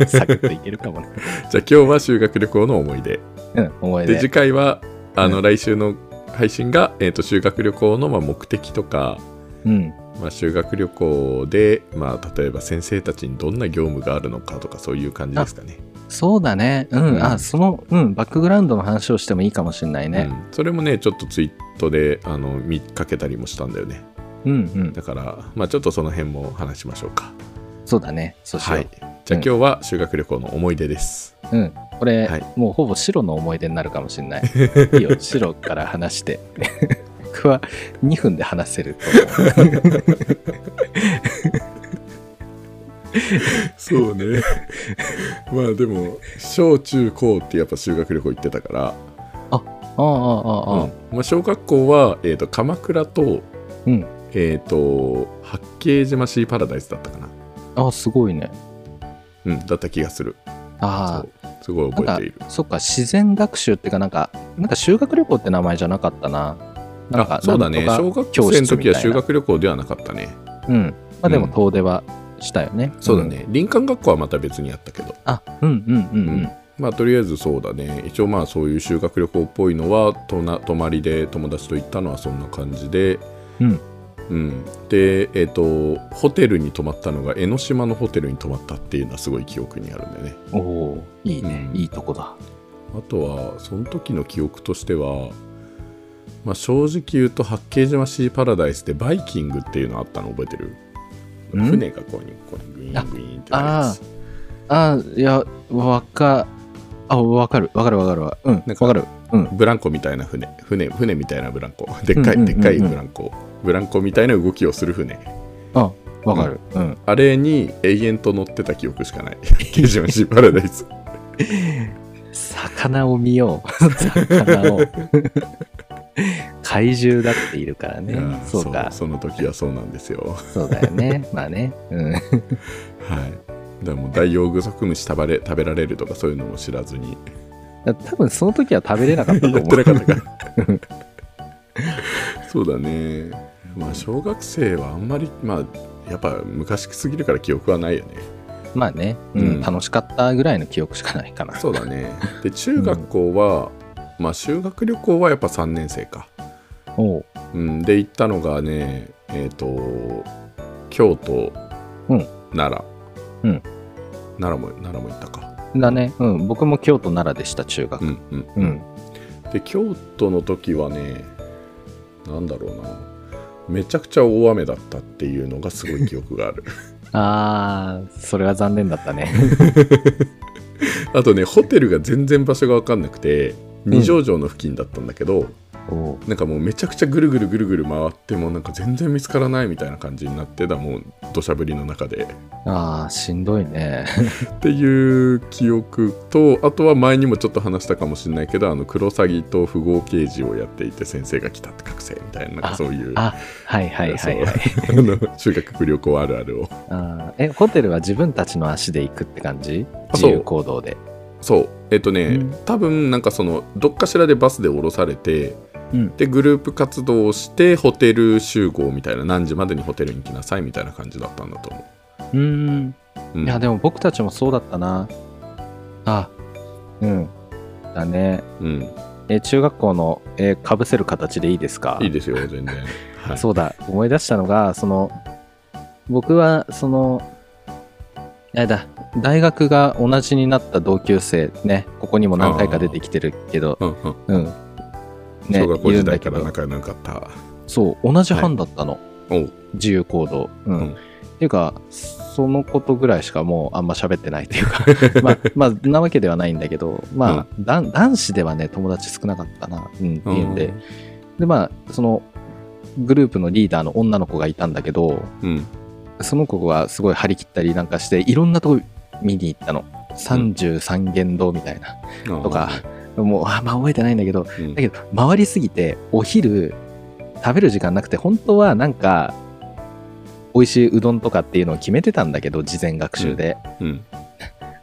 [SPEAKER 1] サクッといけるかもな、
[SPEAKER 2] じゃあ今日は修学旅行の思い出。
[SPEAKER 1] うん、思い
[SPEAKER 2] で、
[SPEAKER 1] 出
[SPEAKER 2] 次回は、あの、来週の配信が、えっ、と、修学旅行のまあ目的とか、
[SPEAKER 1] うん
[SPEAKER 2] まあ、修学旅行で、まあ、例えば先生たちにどんな業務があるのかとか、そういう感じですかね。
[SPEAKER 1] そうだねうん、
[SPEAKER 2] うん
[SPEAKER 1] あそのうんバックグラウンドの話をしてもいいかもしれないね、
[SPEAKER 2] うん、それもね、ちょっとツイートであの見かけたりもしたんだよね。
[SPEAKER 1] うんうん、
[SPEAKER 2] だから、まあ、ちょっとその辺も話しましょうか。
[SPEAKER 1] そうだね。そうしよう。
[SPEAKER 2] はい。じゃあ、今日は修学旅行の思い出です。
[SPEAKER 1] うん。これ、
[SPEAKER 2] はい
[SPEAKER 1] もうほぼ白の思い出になるかもしれ ない。いいよ、白から話して。 僕は2分で話せると思う。
[SPEAKER 2] そう ね。まあでも、小中高ってやっぱ修学旅行行ってたから、
[SPEAKER 1] ああ、ああ、ああ。
[SPEAKER 2] まあ、小学校は、えー、と鎌倉と,、
[SPEAKER 1] うん。
[SPEAKER 2] えー、と八景島シーパラダイスだったかな、
[SPEAKER 1] ああ、すごいね。
[SPEAKER 2] うん、だった気がする
[SPEAKER 1] あ
[SPEAKER 2] そうすごい
[SPEAKER 1] あ。なん
[SPEAKER 2] 覚え
[SPEAKER 1] か
[SPEAKER 2] ている、
[SPEAKER 1] そっか、自然学習っていうか、なんか、なんか修学旅行って名前じゃなかったな。なんか
[SPEAKER 2] あそうだね
[SPEAKER 1] なん
[SPEAKER 2] 小
[SPEAKER 1] と
[SPEAKER 2] 学
[SPEAKER 1] か
[SPEAKER 2] 生
[SPEAKER 1] 教室
[SPEAKER 2] の
[SPEAKER 1] みたい
[SPEAKER 2] 時
[SPEAKER 1] な
[SPEAKER 2] は修学旅行ではなかったね
[SPEAKER 1] うん。まあでも
[SPEAKER 2] うん
[SPEAKER 1] 遠出はしたよね。
[SPEAKER 2] そうだね、林間学校はまた別にあったけど
[SPEAKER 1] ん。あ、うんうんうんうん。
[SPEAKER 2] まあとりあえずそうだね一応まあそういう修学旅行っぽいのはとな泊まりで友達と行ったのはそんな感じで
[SPEAKER 1] うん
[SPEAKER 2] うんでえっ、とホテルに泊まったのが江ノ島のホテルに泊まったっていうのはすごい記憶にあるんだよね
[SPEAKER 1] おおーいいね、
[SPEAKER 2] うん
[SPEAKER 1] いいとこだ。
[SPEAKER 2] あとはその時の記憶としては、まあ、正直言うと八景島シーパラダイスでバイキングっていうのあったの覚えてる
[SPEAKER 1] ん
[SPEAKER 2] 船がこうにこうにグイーングイーンってなるや
[SPEAKER 1] あ
[SPEAKER 2] つ
[SPEAKER 1] あーいやわかあわかるわかるわかるわうん
[SPEAKER 2] なん
[SPEAKER 1] わ
[SPEAKER 2] か
[SPEAKER 1] かる
[SPEAKER 2] ブランコみたいな船船船みたいなブランコでっか
[SPEAKER 1] うん
[SPEAKER 2] い
[SPEAKER 1] うんうん
[SPEAKER 2] で
[SPEAKER 1] う
[SPEAKER 2] っ
[SPEAKER 1] ん
[SPEAKER 2] かいブランコブランコみたいな動きをする船
[SPEAKER 1] あわかるうん
[SPEAKER 2] あれに永遠と乗ってた記憶しかない八景島シーパラダイス
[SPEAKER 1] 魚を見 よう魚を怪獣だっているから
[SPEAKER 2] い
[SPEAKER 1] ね
[SPEAKER 2] やー
[SPEAKER 1] そうかそ
[SPEAKER 2] その時はそうなんですよ
[SPEAKER 1] うだよねまあねうん
[SPEAKER 2] はいだからもうダイオウグソクムシ食べれ食べられるとかそういうのも知らずに
[SPEAKER 1] 多分その時は食べれなかったと
[SPEAKER 2] や
[SPEAKER 1] 思
[SPEAKER 2] っ
[SPEAKER 1] う
[SPEAKER 2] てなかったからそうだねまあ小学生はあんまりまあやっぱ昔すぎるから記憶はないよね
[SPEAKER 1] まあね、うん
[SPEAKER 2] うん
[SPEAKER 1] 楽しかったぐらいの記憶しかないかな
[SPEAKER 2] そうだねで中学校は、まあ修学旅行はやっぱ3年生か、
[SPEAKER 1] おう
[SPEAKER 2] うん、で行ったのがねえっ、と京都、
[SPEAKER 1] うん
[SPEAKER 2] 奈良、
[SPEAKER 1] うん
[SPEAKER 2] 奈良も奈良も行ったか
[SPEAKER 1] だねうん僕も京都奈良でした中
[SPEAKER 2] う
[SPEAKER 1] 学
[SPEAKER 2] んうん
[SPEAKER 1] うん
[SPEAKER 2] で京都の時はねなんだろうなめちゃくちゃ大雨だったっていうのがすごい記憶が ある
[SPEAKER 1] あー、それは残念だったね。
[SPEAKER 2] あとねホテルが全然場所が分かんなくて二条城の付近だったんだけど、
[SPEAKER 1] おう
[SPEAKER 2] なんかもうめちゃくちゃぐるぐるぐるぐる回ってもなんか全然見つからないみたいな感じになってたもう土砂降りの中で
[SPEAKER 1] あー、しんどいね。
[SPEAKER 2] っていう記憶とあとは前にもちょっと話したかもしれないけどあのクロサギと富豪刑事をやっていて先生が来たって覚醒みたいななんかそういう
[SPEAKER 1] あ、はいはいはいはい。
[SPEAKER 2] そう あの修学旅行あるあるを
[SPEAKER 1] あーえ、ホテルは自分たちの足で行くって感じ
[SPEAKER 2] あ
[SPEAKER 1] 自
[SPEAKER 2] そう
[SPEAKER 1] 由行動で。
[SPEAKER 2] そうえっとね、
[SPEAKER 1] うん
[SPEAKER 2] 多分なんかそのどっかしらでバスで降ろされて
[SPEAKER 1] うん。
[SPEAKER 2] でグループ活動をしてホテル集合みたいな何時までにホテルに来なさいみたいな感じだったんだと思
[SPEAKER 1] うーん。
[SPEAKER 2] う、うん、
[SPEAKER 1] いや、でも僕たちもそうだったな。あ、うん。だね。
[SPEAKER 2] うん
[SPEAKER 1] え、中学校の、え、かぶせる形でいいですか
[SPEAKER 2] いいですよ、全然。はい、
[SPEAKER 1] そうだ、思い出したのが、その、僕は、その、あれだ、大学が同じになった同級生ね、ここにも何回か出てきてるけど、
[SPEAKER 2] うんうん
[SPEAKER 1] うん。ね、
[SPEAKER 2] 小学校
[SPEAKER 1] いるん
[SPEAKER 2] 時
[SPEAKER 1] だ
[SPEAKER 2] 代
[SPEAKER 1] け
[SPEAKER 2] か
[SPEAKER 1] ど
[SPEAKER 2] ら仲良かった。
[SPEAKER 1] そう、同じ班だったの、
[SPEAKER 2] おう
[SPEAKER 1] 自由行動。うん。
[SPEAKER 2] うん
[SPEAKER 1] っていうか、そのことぐらいしかもうあんま喋ってないっていうか、 まあ、まあ、なわけではないんだけど、まあ、だん男子ではね、友達少なかったな、うん、っていうんで、で、まあ、その、グループのリーダーの女の子がいたんだけど、
[SPEAKER 2] うん。
[SPEAKER 1] その子がすごい張り切ったりなんかしていろんなとこ見に行ったの33軒堂みたいなと
[SPEAKER 2] と
[SPEAKER 1] か、もうあんま覚えてないんだけどだ
[SPEAKER 2] うん、
[SPEAKER 1] けど回りすぎてお昼食べる時間なくて本当はなんか美味しいうどんとかっていうのを決めてたんだけど事前学習で、
[SPEAKER 2] うん、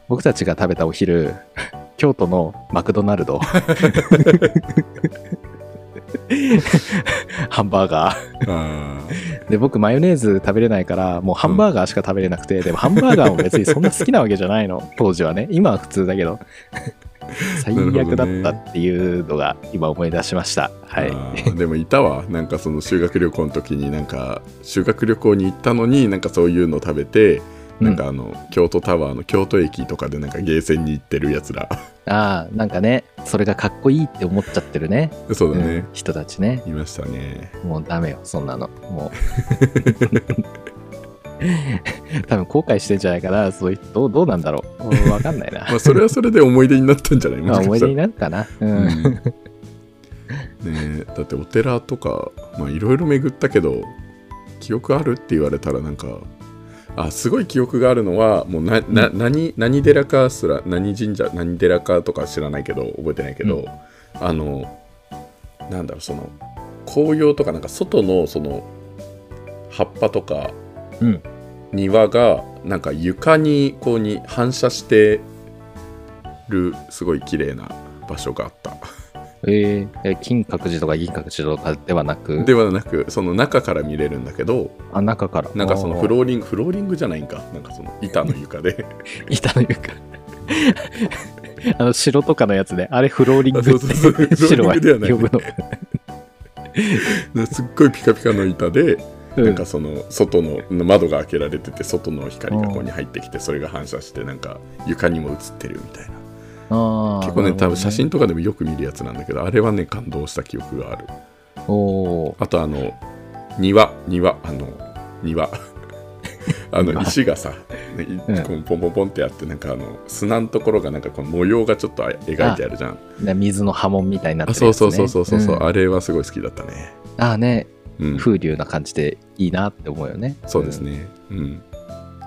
[SPEAKER 1] 僕たちが食べたお昼京都のマクドナルドハンバーガー
[SPEAKER 2] あー
[SPEAKER 1] で僕マヨネーズ食べれないからもうハンバーガーしか食べれなくて、でもハンバーガーも別にそんな好きなわけじゃないの当時はね今は普通だけど最悪だったっていうのが今思い出しました、はい
[SPEAKER 2] あーでもいたわなんかその修学旅行の時になんか修学旅行に行ったのになんかそういうの食べて
[SPEAKER 1] うん
[SPEAKER 2] なんかあの、京都タワーの京都駅とかでなんかゲーセンに行ってるやつら
[SPEAKER 1] ああなんかねそれがかっこいいって思っちゃってるね
[SPEAKER 2] そうだ
[SPEAKER 1] うん
[SPEAKER 2] ね、
[SPEAKER 1] 人たちね
[SPEAKER 2] いましたね
[SPEAKER 1] もうダメよそんなの もう多分後悔してんじゃないかなそういうどうどうなんだろう分かんないな
[SPEAKER 2] まあそれはそれで思い出になったんじゃない
[SPEAKER 1] まあ思い出に
[SPEAKER 2] な
[SPEAKER 1] なるかな
[SPEAKER 2] う
[SPEAKER 1] うん
[SPEAKER 2] ん、ねえだってお寺とかまあいろいろ巡ったけど記憶あるって言われたらなんかあすごい記憶があるのはもうなな何何寺かすら何神社何寺かとか知らないけど覚えてないけど、
[SPEAKER 1] うん
[SPEAKER 2] あのなんだろうその紅葉とかなんか外のその葉っぱとか、
[SPEAKER 1] うん
[SPEAKER 2] 庭がなんか床にこうに反射してるすごい綺麗な場所があった。
[SPEAKER 1] えーえ金閣寺とか銀閣寺とかではなく
[SPEAKER 2] ではなくその中から見れるんだけど
[SPEAKER 1] あ中から
[SPEAKER 2] なんかその
[SPEAKER 1] あー
[SPEAKER 2] フローリングフローリングじゃないんかなんかその板の床で
[SPEAKER 1] 板の床 あの城とかのやつねあれフローリングっ
[SPEAKER 2] あそうそうそうフローリン
[SPEAKER 1] て
[SPEAKER 2] グ
[SPEAKER 1] 白は呼
[SPEAKER 2] ではない
[SPEAKER 1] ぶの、
[SPEAKER 2] すっごいピカピカの板で
[SPEAKER 1] うん
[SPEAKER 2] なんかその外の窓が開けられてて外の光がここに入ってきてそれが反射してなんか床にも映ってるみたいな
[SPEAKER 1] あー
[SPEAKER 2] 結構
[SPEAKER 1] な
[SPEAKER 2] ね
[SPEAKER 1] るほど
[SPEAKER 2] 多分写真とかでもよく見るやつなんだけどあれはね感動した記憶がある
[SPEAKER 1] おー
[SPEAKER 2] あとあの庭庭あの庭 あの
[SPEAKER 1] あ
[SPEAKER 2] 石がさ、ねい
[SPEAKER 1] うん
[SPEAKER 2] こうポンポンポンってあってなんかあの砂のところがなんかこの模様がちょっとあ描いてあるじゃん
[SPEAKER 1] ね水の波紋みたいになって
[SPEAKER 2] あ
[SPEAKER 1] る
[SPEAKER 2] そ
[SPEAKER 1] や
[SPEAKER 2] う
[SPEAKER 1] つ、ね、
[SPEAKER 2] そうそうそうそうそう、
[SPEAKER 1] んあ
[SPEAKER 2] あれはすごい好きだったね
[SPEAKER 1] ーね
[SPEAKER 2] うん
[SPEAKER 1] 風流な感じでいいなって思うよね、
[SPEAKER 2] そうですねうん、
[SPEAKER 1] うん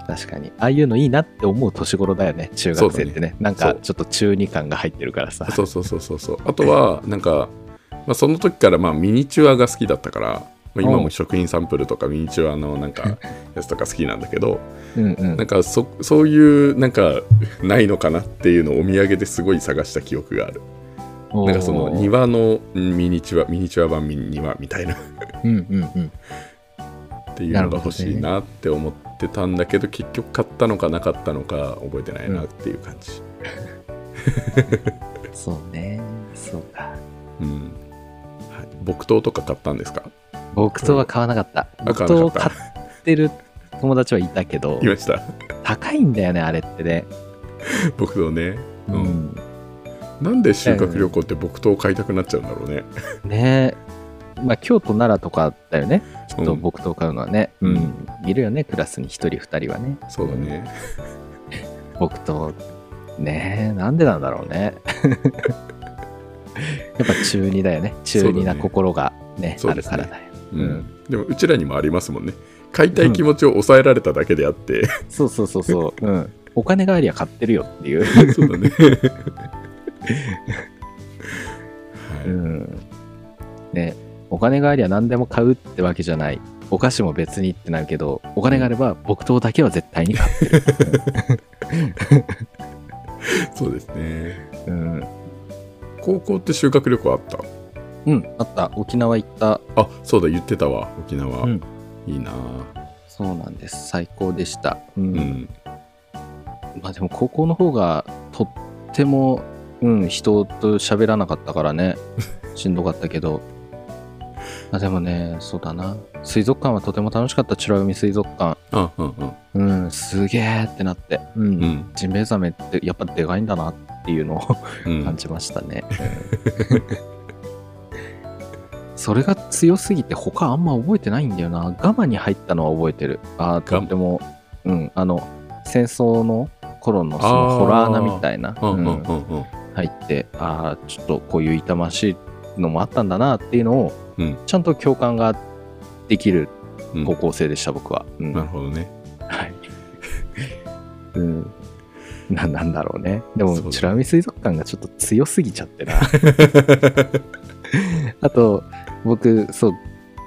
[SPEAKER 1] 確かにああいうのいいなって思う年頃だよね中学生って
[SPEAKER 2] そう
[SPEAKER 1] ねなん
[SPEAKER 2] そ
[SPEAKER 1] か
[SPEAKER 2] う
[SPEAKER 1] ちょっと中二感が入ってるからさ
[SPEAKER 2] そうそうそうそうそうあとはなんか、まあ、その時からまあミニチュアが好きだったからまあ今
[SPEAKER 1] お
[SPEAKER 2] も
[SPEAKER 1] う
[SPEAKER 2] 食品サンプルとかミニチュアのなんかやつとか好きなんだけど
[SPEAKER 1] うんうん
[SPEAKER 2] なんかそそういうなんかないのかなっていうのをお土産ですごい探した記憶がある
[SPEAKER 1] おー
[SPEAKER 2] なんかその庭のミニチュアミニチュア版ミニ庭みたいなっ
[SPEAKER 1] うんうんうん
[SPEAKER 2] ていうのが欲しいなって思ってたんだけど結局買ったのかなかったのか覚えてないなっていう感じ、
[SPEAKER 1] そうねそうか
[SPEAKER 2] うんはい、木刀とか買ったんですか
[SPEAKER 1] 木刀は買わなかった
[SPEAKER 2] あ
[SPEAKER 1] 木
[SPEAKER 2] 買わ
[SPEAKER 1] 刀
[SPEAKER 2] な
[SPEAKER 1] を
[SPEAKER 2] か
[SPEAKER 1] 買
[SPEAKER 2] っ
[SPEAKER 1] ってる友達はいたけど
[SPEAKER 2] いました
[SPEAKER 1] 高いんだよねあれってね、
[SPEAKER 2] 木刀ね、う
[SPEAKER 1] うんん、
[SPEAKER 2] なんで修学旅行って木刀を買いたくなっちゃうんだろうね
[SPEAKER 1] ねまあ、京都、奈良とかだよね。きっ
[SPEAKER 2] う
[SPEAKER 1] と
[SPEAKER 2] ん
[SPEAKER 1] 僕と買うのはね。
[SPEAKER 2] う
[SPEAKER 1] うんん。いるよね、クラスに1人、2人はね。
[SPEAKER 2] そうだね。
[SPEAKER 1] 僕と。ねえ、なんでなんだろうね。 やっぱ中二だよね。中二な心がね、
[SPEAKER 2] そう
[SPEAKER 1] あ
[SPEAKER 2] で
[SPEAKER 1] る
[SPEAKER 2] すね
[SPEAKER 1] からだよ。
[SPEAKER 2] う
[SPEAKER 1] うんん、
[SPEAKER 2] でもうちらにもありますもんね買いたい気持ちを抑えられただけであ って、
[SPEAKER 1] そうそうそうそう。うん。お金がありゃ買ってるよっていう。
[SPEAKER 2] そうだねはい、
[SPEAKER 1] うん。ね、お金がありゃ何でも買うってわけじゃない。お菓子も別にってなるけど、お金があれば木刀だけは絶対に買
[SPEAKER 2] そうですね
[SPEAKER 1] う。うん。
[SPEAKER 2] 高校って修学旅行あった
[SPEAKER 1] うん、あった。沖縄行った。
[SPEAKER 2] あそうだ言ってたわ沖縄、
[SPEAKER 1] うん
[SPEAKER 2] いいな
[SPEAKER 1] そうなんです。最高でした。う。
[SPEAKER 2] うんん
[SPEAKER 1] まあでも高校の方がとっても、うん、人と喋らなかったから ね、しんどかったけど。まあでもね、そうだな。水族館はとても楽しかった。美ら海水族館。
[SPEAKER 2] あうんうん
[SPEAKER 1] うん、すげーってなって。う。
[SPEAKER 2] うんん
[SPEAKER 1] ジンベエザメってやっぱでかいんだなっていうのを
[SPEAKER 2] うん
[SPEAKER 1] 感じましたね。それが強すぎて他あんま覚えてないんだよな。ガマに入ったのは覚えてる。ああ、とっても、うん、あの、戦争の頃のそ
[SPEAKER 2] あー
[SPEAKER 1] のホラー穴みたいな、
[SPEAKER 2] うんうん
[SPEAKER 1] う
[SPEAKER 2] うんんうん
[SPEAKER 1] 入って、ああ、ちょっとこういう痛ましいのもあったんだなっていうのを、
[SPEAKER 2] うん
[SPEAKER 1] ちゃんと共感ができる
[SPEAKER 2] うん
[SPEAKER 1] 高校生でした、僕は。うん
[SPEAKER 2] なるほどね
[SPEAKER 1] はい。うん。な、なんだろうね。で
[SPEAKER 2] そうだ
[SPEAKER 1] も、
[SPEAKER 2] ね
[SPEAKER 1] チュラミ水族館がちょっと強すぎちゃってな。あと、僕、そう、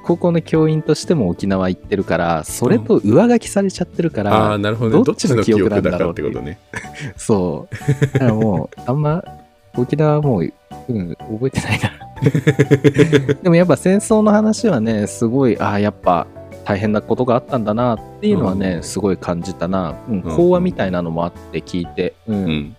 [SPEAKER 1] 高校の教員としても沖縄行ってるから、それと上書きされちゃってるか
[SPEAKER 2] あ
[SPEAKER 1] ら、
[SPEAKER 2] あなるほどねど
[SPEAKER 1] ど
[SPEAKER 2] っ
[SPEAKER 1] っ
[SPEAKER 2] ち
[SPEAKER 1] ち
[SPEAKER 2] の
[SPEAKER 1] の
[SPEAKER 2] 記
[SPEAKER 1] 記憶
[SPEAKER 2] 憶
[SPEAKER 1] なん
[SPEAKER 2] だ
[SPEAKER 1] だ
[SPEAKER 2] か
[SPEAKER 1] ろう
[SPEAKER 2] っ
[SPEAKER 1] ってて
[SPEAKER 2] こ
[SPEAKER 1] いう
[SPEAKER 2] とね
[SPEAKER 1] そう。だからもう、あんま、沖縄はもう、うん、覚えてないな。 でもやっぱ戦争の話はね、すごい、ああ、やっぱ大変なことがあったんだなっていうのはね、
[SPEAKER 2] うん
[SPEAKER 1] すごい感じたな。うん、
[SPEAKER 2] うん
[SPEAKER 1] 講話みたいなのもあって聞いて、うん、
[SPEAKER 2] うん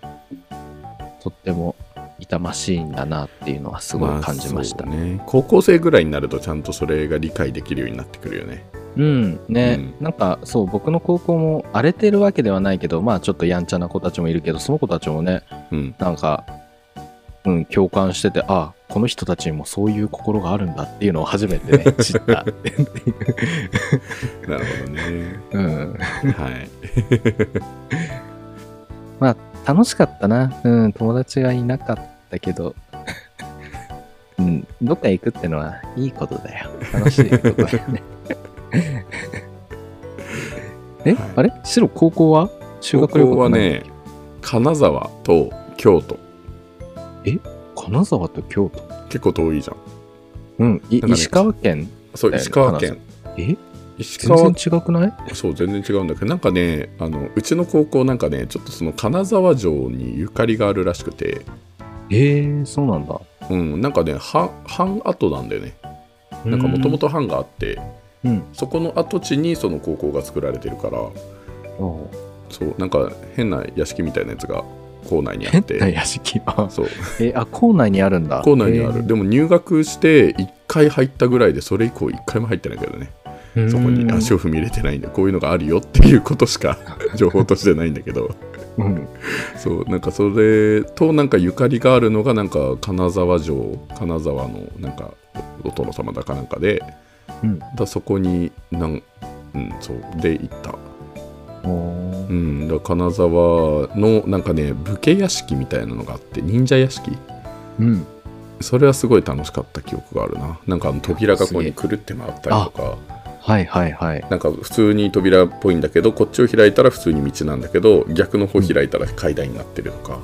[SPEAKER 1] とっても痛ましいんだなっていうのはすごい感じました。
[SPEAKER 2] あそうね高校生ぐらいになるとちゃんとそれが理解できるようになってくるよね
[SPEAKER 1] うん、ね、
[SPEAKER 2] う
[SPEAKER 1] なんかそう、僕の高校も荒れてるわけではないけど、まあちょっとやんちゃな子たちもいるけど、その子たちもね、
[SPEAKER 2] うん
[SPEAKER 1] なんか、うん、共感してて、ああ、この人たちにもそういう心があるんだっていうのを 初めてね、知った。
[SPEAKER 2] なるほどね
[SPEAKER 1] うん。
[SPEAKER 2] はい
[SPEAKER 1] 楽しかったな。うん、友達がいなかったけど。 うん、どっか行くってのはいいことだよ。楽しいことだよ ね。え、
[SPEAKER 2] はい
[SPEAKER 1] あれ白高校は修学旅行
[SPEAKER 2] 高校はね金沢と京都
[SPEAKER 1] 金沢と京都。
[SPEAKER 2] 結構遠いじゃん
[SPEAKER 1] うん、い
[SPEAKER 2] なんかね
[SPEAKER 1] 石川県
[SPEAKER 2] そう
[SPEAKER 1] だよね
[SPEAKER 2] 石川県
[SPEAKER 1] え
[SPEAKER 2] 石
[SPEAKER 1] 全
[SPEAKER 2] 川
[SPEAKER 1] 然違くない
[SPEAKER 2] そう全然違うんだけどなんかねあのうちの高校なんかねちょっとその金沢城にゆかりがあるらしくて
[SPEAKER 1] ええー、そうなんだ。
[SPEAKER 2] うんなんかねは藩跡なんだよねなんかもともと藩があって
[SPEAKER 1] うん。
[SPEAKER 2] そこの跡地にその高校が作られてるから
[SPEAKER 1] おう
[SPEAKER 2] そうなんか変な屋敷みたいなやつが校内にあっ
[SPEAKER 1] 変な
[SPEAKER 2] て
[SPEAKER 1] 屋敷。あ
[SPEAKER 2] そう
[SPEAKER 1] えあ校内にあるんだ
[SPEAKER 2] 校内にある
[SPEAKER 1] へ
[SPEAKER 2] でも入学して1回入ったぐらいでそれ以降1回も入ってないけどね
[SPEAKER 1] え
[SPEAKER 2] そこに足を踏み入れてないんでこういうのがあるよっていうことしか 情報としてないんだけど
[SPEAKER 1] うん
[SPEAKER 2] そうなんかそれとなんかゆかりがあるのがなんか金沢城金沢のなんかおお殿様だかなんかで、
[SPEAKER 1] うん
[SPEAKER 2] だそこになん、うん、そうで行った、
[SPEAKER 1] お
[SPEAKER 2] う
[SPEAKER 1] ー
[SPEAKER 2] ん、だ金沢のなんかね武家屋敷みたいなのがあって忍者屋敷
[SPEAKER 1] うん
[SPEAKER 2] それはすごい楽しかった記憶があるななんかあの扉がここにくるって回ったりとか
[SPEAKER 1] はいはいはい
[SPEAKER 2] なんか普通に扉っぽいんだけどこっちを開いたら普通に道なんだけど逆の方開いたら階段になってるとか、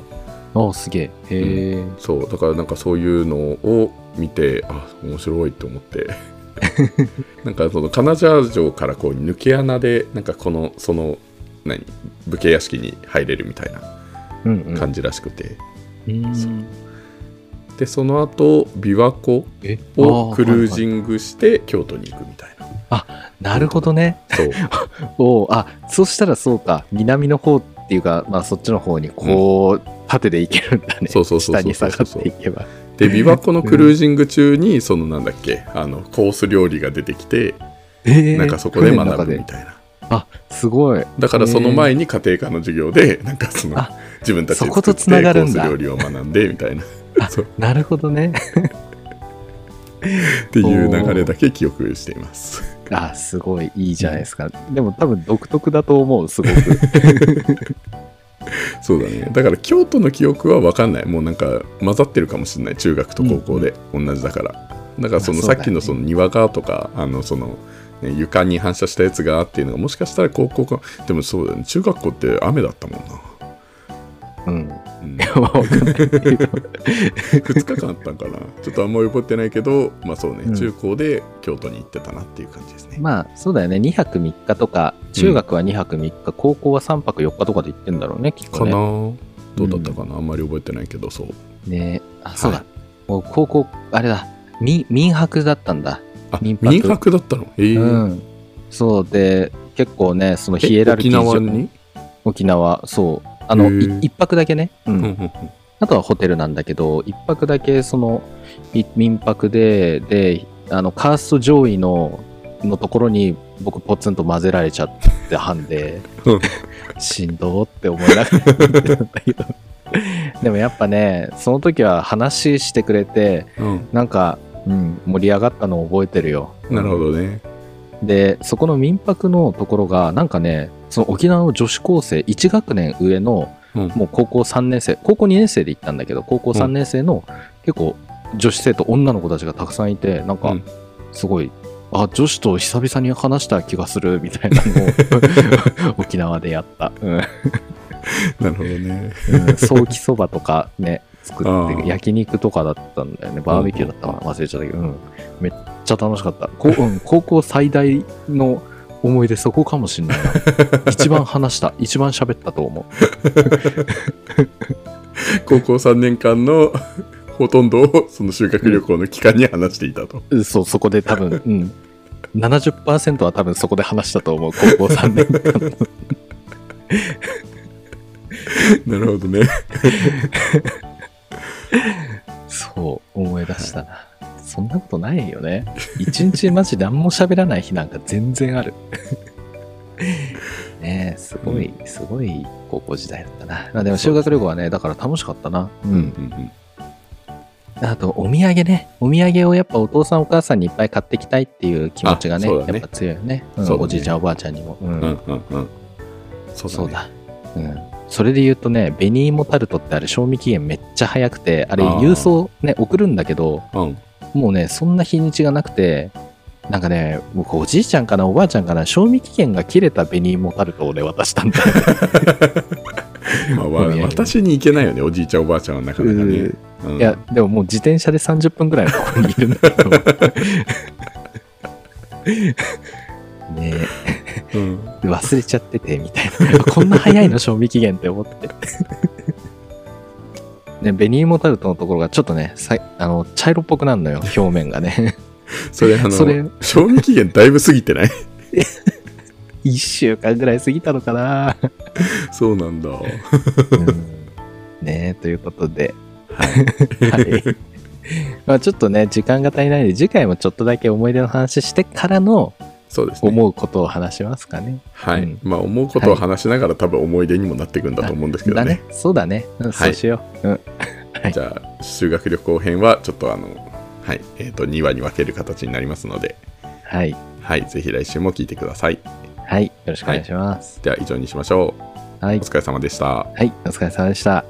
[SPEAKER 1] おーすげえへえ、
[SPEAKER 2] そうだからなんかそういうのを見てあ面白いと思ってなんかその金沢城からこう抜け穴でなんかこのその何武家屋敷に入れるみたいな
[SPEAKER 1] うんうん
[SPEAKER 2] 感じらしくて、
[SPEAKER 1] うん
[SPEAKER 2] でその後琵琶湖
[SPEAKER 1] え
[SPEAKER 2] をクルー
[SPEAKER 1] ン
[SPEAKER 2] ジングして京都に行くみたいな、
[SPEAKER 1] なるほどね
[SPEAKER 2] そう
[SPEAKER 1] おーあそしたらそうか南の方っていうかまあそっちの方にこう、縦で行けるんだね
[SPEAKER 2] そうそうそうそう
[SPEAKER 1] 下に下がっていけば
[SPEAKER 2] で琵琶湖のクルージング中にそのなんだっけあのコース料理が出てきて
[SPEAKER 1] ええ
[SPEAKER 2] なんかそこで学ぶみ
[SPEAKER 1] で
[SPEAKER 2] たいな
[SPEAKER 1] すごい
[SPEAKER 2] だからその前に家庭科の授業でなんかその
[SPEAKER 1] あ
[SPEAKER 2] 自分たちで
[SPEAKER 1] そこ
[SPEAKER 2] 作
[SPEAKER 1] と
[SPEAKER 2] ってコ
[SPEAKER 1] 繋がる
[SPEAKER 2] ー
[SPEAKER 1] ん
[SPEAKER 2] ス
[SPEAKER 1] だ
[SPEAKER 2] 料理を学んでみたいなそう
[SPEAKER 1] なるほどね
[SPEAKER 2] っていう流れだけ記憶しています。
[SPEAKER 1] あ、すごいいいじゃないですか。でも多分独特だと思う、すごく。
[SPEAKER 2] そうだね。だから京都の記憶は分かんない。もうなんか混ざってるかもしれない。中学と高校で同じだから。だからその
[SPEAKER 1] まあそうだ
[SPEAKER 2] さ
[SPEAKER 1] ね
[SPEAKER 2] っきのそのにわかとか、あのその、ね床に反射したやつがっていうのがもしかしたら高校か。でもそうだね。中学校って雨だったもんな。
[SPEAKER 1] うん。
[SPEAKER 2] うん
[SPEAKER 1] わかんないけど
[SPEAKER 2] 2日間あった んかなちょっとあんまり覚えてないけどまあそうね、
[SPEAKER 1] うん
[SPEAKER 2] 中高で京都に行ってたなっていう感じですね、
[SPEAKER 1] まあ、そうだよね。2泊3日とか、中学は2泊3日、高校は3泊4日とかで行ってんだろうね、きっ
[SPEAKER 2] か
[SPEAKER 1] と
[SPEAKER 2] な
[SPEAKER 1] ね。
[SPEAKER 2] どうだったかな、あんまり覚えてないけどそう
[SPEAKER 1] ねあ、そうだ。
[SPEAKER 2] は
[SPEAKER 1] もう高校、あれだ。民、民泊だったんだ。
[SPEAKER 2] あ
[SPEAKER 1] 民
[SPEAKER 2] 民
[SPEAKER 1] 泊
[SPEAKER 2] 泊だったのえー
[SPEAKER 1] うん。そうで、結構ね、その
[SPEAKER 2] え
[SPEAKER 1] ヒエラルキー上
[SPEAKER 2] 沖縄に、
[SPEAKER 1] 沖縄、そう。あの、
[SPEAKER 2] へー
[SPEAKER 1] い一泊だけね。う
[SPEAKER 2] うん
[SPEAKER 1] ん
[SPEAKER 2] うんうん
[SPEAKER 1] あとはホテルなんだけど、一泊だけそのい民泊で、で、あの、カースト上位の、のところに僕ポツンと混ぜられちゃってはんで
[SPEAKER 2] うん、
[SPEAKER 1] しんどーって思いなが ら見てたんだけど。でもやっぱね、その時は話してくれて、
[SPEAKER 2] うん
[SPEAKER 1] なんか、うん、盛り上がったのを覚えてるよ。
[SPEAKER 2] なるほどね
[SPEAKER 1] で、そこの民泊のところが、なんかね、その沖縄の女子高生、1学年上の、
[SPEAKER 2] うん
[SPEAKER 1] もう高校3年生、高校2年生で行ったんだけど、高校3年生の、結構、女子生徒、女の子たちがたくさんいて、なん
[SPEAKER 2] う
[SPEAKER 1] か
[SPEAKER 2] ん、
[SPEAKER 1] すごい、あ、女子と久々に話した気がする、みたいな のを、 沖縄でやった。うん
[SPEAKER 2] なるほどね
[SPEAKER 1] うんソーキそばとかね、作
[SPEAKER 2] あ
[SPEAKER 1] っ
[SPEAKER 2] ー
[SPEAKER 1] て、焼肉とかだったんだよね。バーベキューだったかな忘れちゃったけど、うんめっちゃ楽しかった。こううん、高校最大の思い出、そこかもしんないな。 一番話した、一番喋ったと思う。
[SPEAKER 2] 高校3年間のほとんどをその修学旅行の期間に話していたと、
[SPEAKER 1] うんそう、そこで多分、うん。70%は多分そこで話したと思う、高校3年間。
[SPEAKER 2] なるほどね
[SPEAKER 1] そう、思い出したな。そんなことないよね。一日マジ何も喋らない日なんか全然あ る。ねえ、すごい、すごい高校時代だったな。まあでも修学旅行はね、だから楽しかったな。う。
[SPEAKER 2] うんん
[SPEAKER 1] あと、お土産ね。お土産をやっぱお父さんお母さんにいっぱい買ってきたいっていう気持ちがね、
[SPEAKER 2] あそうだね
[SPEAKER 1] やっぱ強いよね。うん
[SPEAKER 2] そうだね
[SPEAKER 1] おじいちゃんおばあちゃんにも。うん
[SPEAKER 2] うんうんうんうんそう
[SPEAKER 1] そう
[SPEAKER 2] だね
[SPEAKER 1] だ。うん。それで言うとね、ベニーモタルトってあれ賞味期限めっちゃ早くて、あれ
[SPEAKER 2] あー
[SPEAKER 1] 郵送ね、送るんだけど、
[SPEAKER 2] うん
[SPEAKER 1] もうね、そんな日にちがなくて、なんかね、僕、おじいちゃんかな、おばあちゃんかな、賞味期限が切れたベニーモタルトをね、渡したんだよ。
[SPEAKER 2] まあ、わ
[SPEAKER 1] お土産
[SPEAKER 2] 私に行けないよねおじいちゃんおばあちゃんはなかなかね、うん
[SPEAKER 1] いや、でももう自転車で30分ぐらいのところにいるんだけど。 ね
[SPEAKER 2] うん
[SPEAKER 1] え、忘れちゃってて、みたいな。こんな早いの、賞味期限って思って。ね、ベニーモタルトのところがちょっとね、さあの茶色っぽくなるのよ、表面がね。
[SPEAKER 2] それあの
[SPEAKER 1] それ
[SPEAKER 2] 賞味期限だいぶ過ぎてない
[SPEAKER 1] 1週間ぐらい過ぎたのかな。
[SPEAKER 2] そうなんだ
[SPEAKER 1] ねえ、ということで。はい。まあちょっとね、時間が足りないので、次回もちょっとだけ思い出の話してからの
[SPEAKER 2] そうですね
[SPEAKER 1] 思うことを話しますかね。
[SPEAKER 2] はい、
[SPEAKER 1] うん
[SPEAKER 2] まあ思うことを話しながら、多分思い出にもなっていくんだと思うんですけど
[SPEAKER 1] だ
[SPEAKER 2] ね
[SPEAKER 1] ね。そうだね。うん、
[SPEAKER 2] はい
[SPEAKER 1] そうしよう。うん。はい
[SPEAKER 2] じゃあ修学旅行編はちょっとあのはいえー、と2話に分ける形になりますので
[SPEAKER 1] はい。
[SPEAKER 2] はいぜひ来週も聞いてください
[SPEAKER 1] はい。よろしくお願いします。
[SPEAKER 2] では以上にしましょう
[SPEAKER 1] はい
[SPEAKER 2] お。疲れ様でした
[SPEAKER 1] はい。お疲れ様でした。